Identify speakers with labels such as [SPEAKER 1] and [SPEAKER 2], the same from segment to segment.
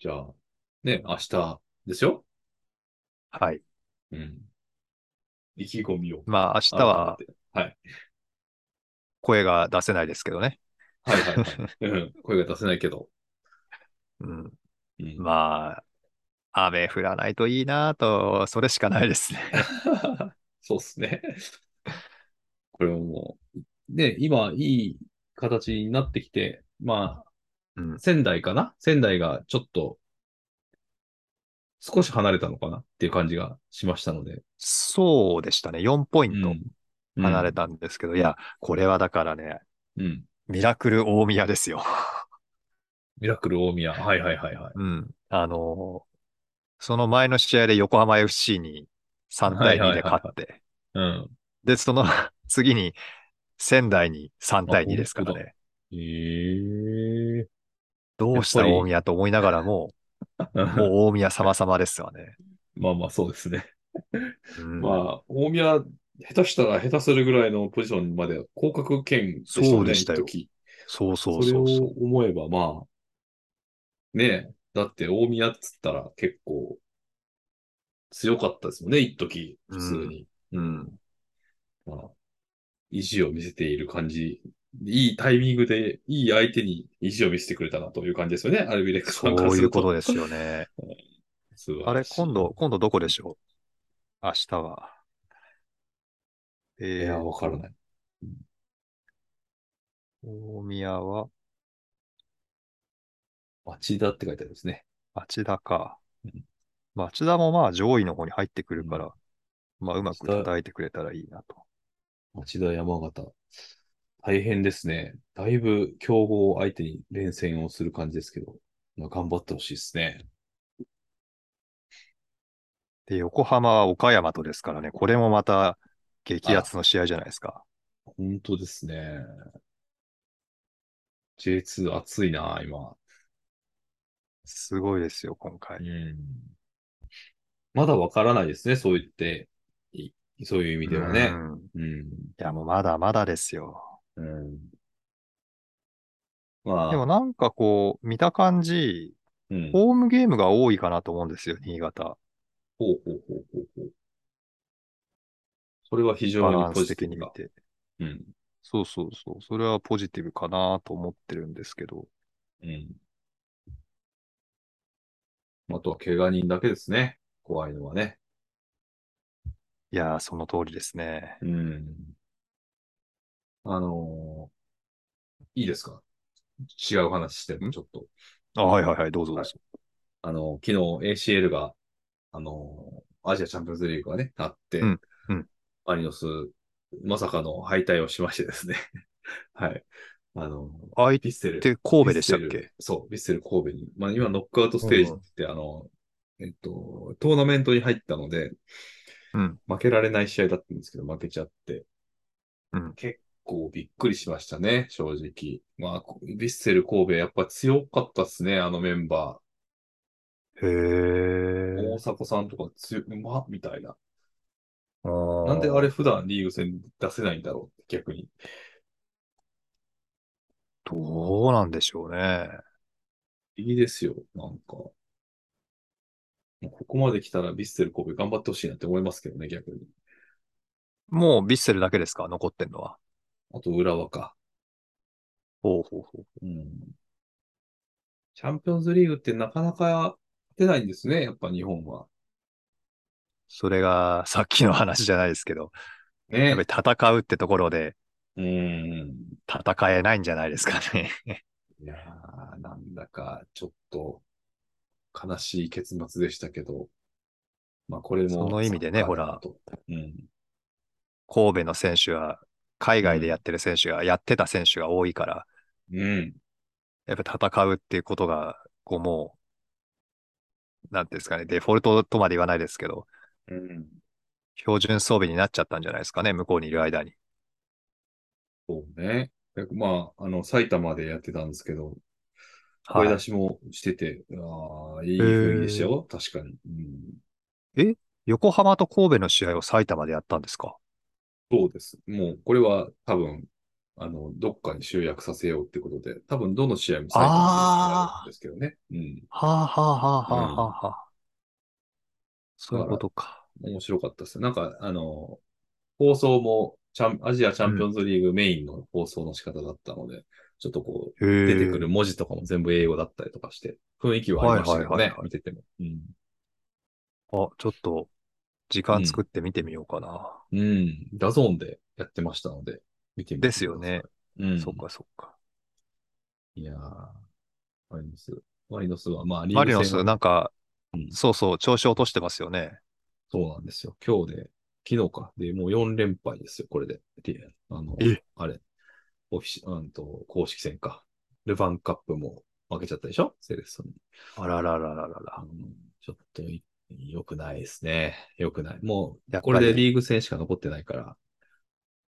[SPEAKER 1] じゃあ、ね、明日ですよ。
[SPEAKER 2] はい。
[SPEAKER 1] うん。意気込みを。
[SPEAKER 2] まあ、明日は
[SPEAKER 1] 改めて。はい。
[SPEAKER 2] 声が出せないですけどね。
[SPEAKER 1] はいはいはい。うん。声が出せないけど。
[SPEAKER 2] うん。
[SPEAKER 1] うん、
[SPEAKER 2] まあ、雨降らないといいなと、それしかないですね。
[SPEAKER 1] そうっすね。これももう、ね、今、いい形になってきて、ま
[SPEAKER 2] うん
[SPEAKER 1] あ、。仙台かな仙台がちょっと、少し離れたのかなっていう感じがしましたので。
[SPEAKER 2] そうでしたね。4ポイン
[SPEAKER 1] う
[SPEAKER 2] ト
[SPEAKER 1] ん
[SPEAKER 2] 離れたんですけど、いや、これはだからね、
[SPEAKER 1] うん。うん。
[SPEAKER 2] ミラクル大宮ですよ。
[SPEAKER 1] ミラクル大宮。はいはいはいはい。
[SPEAKER 2] うん。あのーその前の試合で横浜 FC に3対2で勝って、
[SPEAKER 1] うん。
[SPEAKER 2] で、その次に仙台に3対2ですから
[SPEAKER 1] あ本
[SPEAKER 2] ね。
[SPEAKER 1] ええ
[SPEAKER 2] どうした
[SPEAKER 1] やっぱり
[SPEAKER 2] 大宮と思いながらも、もう大宮様様ですわね。
[SPEAKER 1] まあまあそうですね。
[SPEAKER 2] うん
[SPEAKER 1] まあ、大宮、下手したら下手するぐらいのポジションまで降格圏でしたよ
[SPEAKER 2] そう
[SPEAKER 1] ね、
[SPEAKER 2] でしたよ
[SPEAKER 1] 一時
[SPEAKER 2] そう
[SPEAKER 1] そう
[SPEAKER 2] そ
[SPEAKER 1] れ
[SPEAKER 2] そ
[SPEAKER 1] を
[SPEAKER 2] うそう。
[SPEAKER 1] 思えば、まあ、ねえ、だって大宮っつったら結構強かったですもんね、一時、普通に。
[SPEAKER 2] うん
[SPEAKER 1] まあ、意地を見せている感じ。いいタイミングで、いい相手に意地を見せてくれたなという感じですよね、アルビレックス
[SPEAKER 2] そ
[SPEAKER 1] さんから
[SPEAKER 2] う
[SPEAKER 1] す
[SPEAKER 2] いう
[SPEAKER 1] る
[SPEAKER 2] こと
[SPEAKER 1] と。
[SPEAKER 2] です よね。
[SPEAKER 1] 素晴
[SPEAKER 2] あ
[SPEAKER 1] ら
[SPEAKER 2] れ、
[SPEAKER 1] しい
[SPEAKER 2] 今度、今度どこでしょう明日は。
[SPEAKER 1] い
[SPEAKER 2] え
[SPEAKER 1] や、
[SPEAKER 2] ー、
[SPEAKER 1] わからない。
[SPEAKER 2] 大宮は
[SPEAKER 1] 町田って書いてあるんですね。
[SPEAKER 2] 町田か
[SPEAKER 1] うん。
[SPEAKER 2] 町田もまあ上位の方に入ってくるから、まあうま
[SPEAKER 1] 町
[SPEAKER 2] く
[SPEAKER 1] 田
[SPEAKER 2] 叩いてくれたらいいなと。
[SPEAKER 1] 町田山形。大変ですね。だいぶ強豪を相手に連戦をする感じですけど、まあ、頑張ってほしいですね。
[SPEAKER 2] で、横浜は岡山とですからね、これもまた激アツの試合じゃないですか。
[SPEAKER 1] 本当ですね。J2 熱いな、今。
[SPEAKER 2] すごいですよ、今回。
[SPEAKER 1] ん。まだわからないですね、そう言って、いそういう意味ではね
[SPEAKER 2] う。ん
[SPEAKER 1] うん。
[SPEAKER 2] いや、もうまだまだですよ。
[SPEAKER 1] うん。まあ、
[SPEAKER 2] でもなんかこう、見た感じ、
[SPEAKER 1] うん、ほう
[SPEAKER 2] ホームゲームが多いかなと思うんですよ、新潟。
[SPEAKER 1] ほうほうほうほう。それは非常
[SPEAKER 2] バラ
[SPEAKER 1] に
[SPEAKER 2] ン
[SPEAKER 1] ポ
[SPEAKER 2] ス
[SPEAKER 1] ジテ
[SPEAKER 2] 的
[SPEAKER 1] ィ
[SPEAKER 2] に
[SPEAKER 1] ブ
[SPEAKER 2] 見
[SPEAKER 1] だ。
[SPEAKER 2] て。
[SPEAKER 1] うん。
[SPEAKER 2] そうそうそう。それはポジティブかなと思ってるんですけど。
[SPEAKER 1] うん。あとは怪我人だけですね。怖いのはね。
[SPEAKER 2] いやー、その通りですね。
[SPEAKER 1] うん。あのーいいですか違う話しても
[SPEAKER 2] ん
[SPEAKER 1] ちょっと。
[SPEAKER 2] あ、はいはいはい、どうぞどうぞ。
[SPEAKER 1] あの昨日 ACL が、あのーアジアチャンピオンズリーグがね、あって、
[SPEAKER 2] うんうん
[SPEAKER 1] アリノス、まさかの敗退をしましてですね。 はい。あのー
[SPEAKER 2] 相
[SPEAKER 1] ヴィッセル。
[SPEAKER 2] 手、神戸でしたっ
[SPEAKER 1] ヴィッセ
[SPEAKER 2] け
[SPEAKER 1] ルそう、ヴィッセル神戸に。まあ今、ノックアウトステージって、あの、えっと、トーナメントに入ったので、
[SPEAKER 2] うん
[SPEAKER 1] 負けられない試合だったんですけど、負けちゃって。
[SPEAKER 2] うん
[SPEAKER 1] 結構びっくりしましたね、正直。まあ、ヴィッセル神戸、やっぱ強かったっすね、あのメンバ
[SPEAKER 2] へ
[SPEAKER 1] ー。
[SPEAKER 2] ー
[SPEAKER 1] 大迫さんとか強い、うまっみたいな。
[SPEAKER 2] あー
[SPEAKER 1] なんであれ普段リーグ戦出せないんだろう、逆に。
[SPEAKER 2] どうなんでしょうね。
[SPEAKER 1] いいですよ、なんか。もうここまで来たらヴィッセル神戸頑張ってほしいなって思いますけどね、逆に。
[SPEAKER 2] もうヴィッセルだけですか残ってんのは。
[SPEAKER 1] あと浦和か。
[SPEAKER 2] ほうほうほ
[SPEAKER 1] う
[SPEAKER 2] う。
[SPEAKER 1] ん。チャンピオンズリーグってなかなか出ないんですね、やっぱ日本は。
[SPEAKER 2] それがさっきの話じゃないですけど、や
[SPEAKER 1] ね
[SPEAKER 2] っ。ぱり戦うってところで
[SPEAKER 1] うんうん。
[SPEAKER 2] 戦えないんじゃないですかね。
[SPEAKER 1] いやー、なんだかちょっと悲しい結末でしたけど、まあこれも。
[SPEAKER 2] その意味でね
[SPEAKER 1] サッカーだなと。うん。
[SPEAKER 2] 神戸の選手は、海外でやってる選手が、やってた選手が多いから、
[SPEAKER 1] うん。
[SPEAKER 2] やっぱ戦うっていうことが、こうもう、なんていうんですかね、デフォルトとまで言わないですけど、
[SPEAKER 1] うん。
[SPEAKER 2] 標準装備になっちゃったんじゃないですかね、向こうにいる間に。
[SPEAKER 1] そうね。でまあ、あの、埼玉でやってたんですけど、
[SPEAKER 2] は
[SPEAKER 1] 声
[SPEAKER 2] い
[SPEAKER 1] 出しもしてて、ああ、いい雰囲気でしたよ、確かに。うん。
[SPEAKER 2] 横浜と神戸の試合を埼玉でやったんですか
[SPEAKER 1] そうです。もう、これは多分、あの、どっかに集約させようってことで、多分どの試合も最後
[SPEAKER 2] あー
[SPEAKER 1] んですけどね。うん。
[SPEAKER 2] はあはあはあはあはあはあ。そういうことか。
[SPEAKER 1] 面白かったですね。なんか、あの、放送もチャン、アジアチャンピオンズリーグメインの放送の仕方だったので、ちょっとこ
[SPEAKER 2] へ
[SPEAKER 1] う、
[SPEAKER 2] え。
[SPEAKER 1] 出てくる文字とかも全部英語だったりとかして、雰囲気はありましたけど
[SPEAKER 2] はいはい
[SPEAKER 1] ね
[SPEAKER 2] はいは、い
[SPEAKER 1] 見てても。うん。
[SPEAKER 2] あ、ちょっと、時間作って見てみようかな。
[SPEAKER 1] うん。ダゾーンでやってましたので、見てみてください。
[SPEAKER 2] ですよね。
[SPEAKER 1] うん。
[SPEAKER 2] そっかそっか。
[SPEAKER 1] いやー、マリノス。マリノスは、まあ、リーグ
[SPEAKER 2] マリノス、
[SPEAKER 1] 戦
[SPEAKER 2] なんか
[SPEAKER 1] うん、
[SPEAKER 2] そうそう、調子落としてますよね。
[SPEAKER 1] そうなんですよ。今日で、昨日か。で、もう4連敗ですよ、これで。であの
[SPEAKER 2] え、
[SPEAKER 1] あれ、オフィシ、うんと、公式戦か。ルヴァンカップも負けちゃったでしょセレッソに。
[SPEAKER 2] あららららら
[SPEAKER 1] あ
[SPEAKER 2] ら
[SPEAKER 1] の。ちょっとい、良くないですね。良くない。もう、
[SPEAKER 2] やっぱり
[SPEAKER 1] これでリーグ戦しか残ってないから。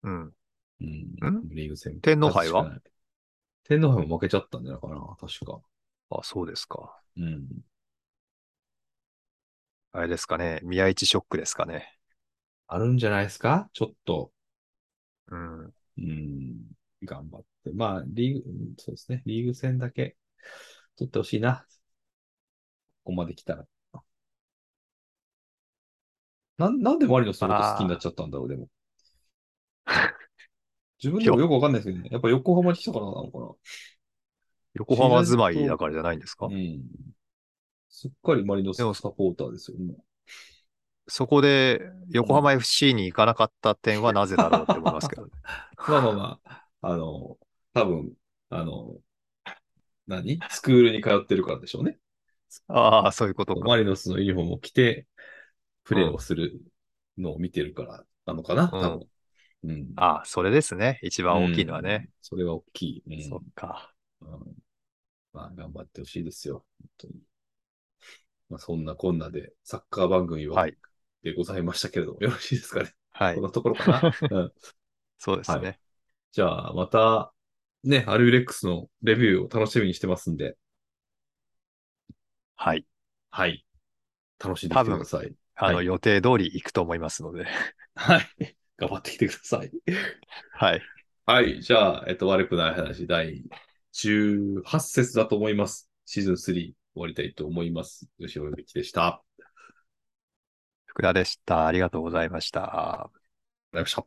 [SPEAKER 2] うん。
[SPEAKER 1] うん
[SPEAKER 2] ん
[SPEAKER 1] リーグ戦。
[SPEAKER 2] 天皇杯は
[SPEAKER 1] 勝つしかない天皇杯も負けちゃったんじゃないかな、確か。
[SPEAKER 2] あ、そうですか。
[SPEAKER 1] うん。
[SPEAKER 2] あれですかね。宮市ショックですかね。
[SPEAKER 1] あるんじゃないですかちょっと。
[SPEAKER 2] うん。
[SPEAKER 1] うん、頑張って。まあ、リーグ、うんそうですね。リーグ戦だけ取ってほしいな。ここまで来たら。なん、なんでマリノスのこと好きになっちゃったんだろう、で も。自分でもよくわかんないですけどね。やっぱ横浜に来たからなのか
[SPEAKER 2] 横浜住まいだからじゃないんですか。
[SPEAKER 1] な。うん。すっかりマリノス
[SPEAKER 2] でも
[SPEAKER 1] サポーターですよ、 今。
[SPEAKER 2] そこで、横浜 FC に行かなかった点はなぜだろうって思いますけどね。
[SPEAKER 1] まあまあまあ、あの、多分、あの、何スクールに通ってるからでしょうね。
[SPEAKER 2] ああ、そういうことか。
[SPEAKER 1] マリノスのユニフォームを着て、プレーをするのを見てるからなのかな、
[SPEAKER 2] うん
[SPEAKER 1] 多分。うん。
[SPEAKER 2] ああ、それですね。一番大きいのは
[SPEAKER 1] う
[SPEAKER 2] ね
[SPEAKER 1] ん。。それは大きい。うん
[SPEAKER 2] そっか。
[SPEAKER 1] うんまあ、頑張ってほしいですよ。本当に。まあ、そんなこんなで、サッカー番組は
[SPEAKER 2] は。
[SPEAKER 1] はいでございましたけ れども、よろしいですかね。
[SPEAKER 2] はい
[SPEAKER 1] こん。なところか な。うん
[SPEAKER 2] そうです
[SPEAKER 1] は
[SPEAKER 2] ね。
[SPEAKER 1] じゃあ、また、ね、アルビレックスのレビューを楽しみにしてますんで、
[SPEAKER 2] はい。
[SPEAKER 1] はい。楽しんできてください。
[SPEAKER 2] あの、
[SPEAKER 1] はい
[SPEAKER 2] 予定通り行くと思いますので。
[SPEAKER 1] はい。頑張ってきてください。
[SPEAKER 2] はい。
[SPEAKER 1] はい。じゃあ、えっと、悪くない話、第18節だと思います。シーズン3終わりたいと思います。吉尾由紀でした。ありがとう
[SPEAKER 2] 福田でした。ありがとうございました。
[SPEAKER 1] ございました。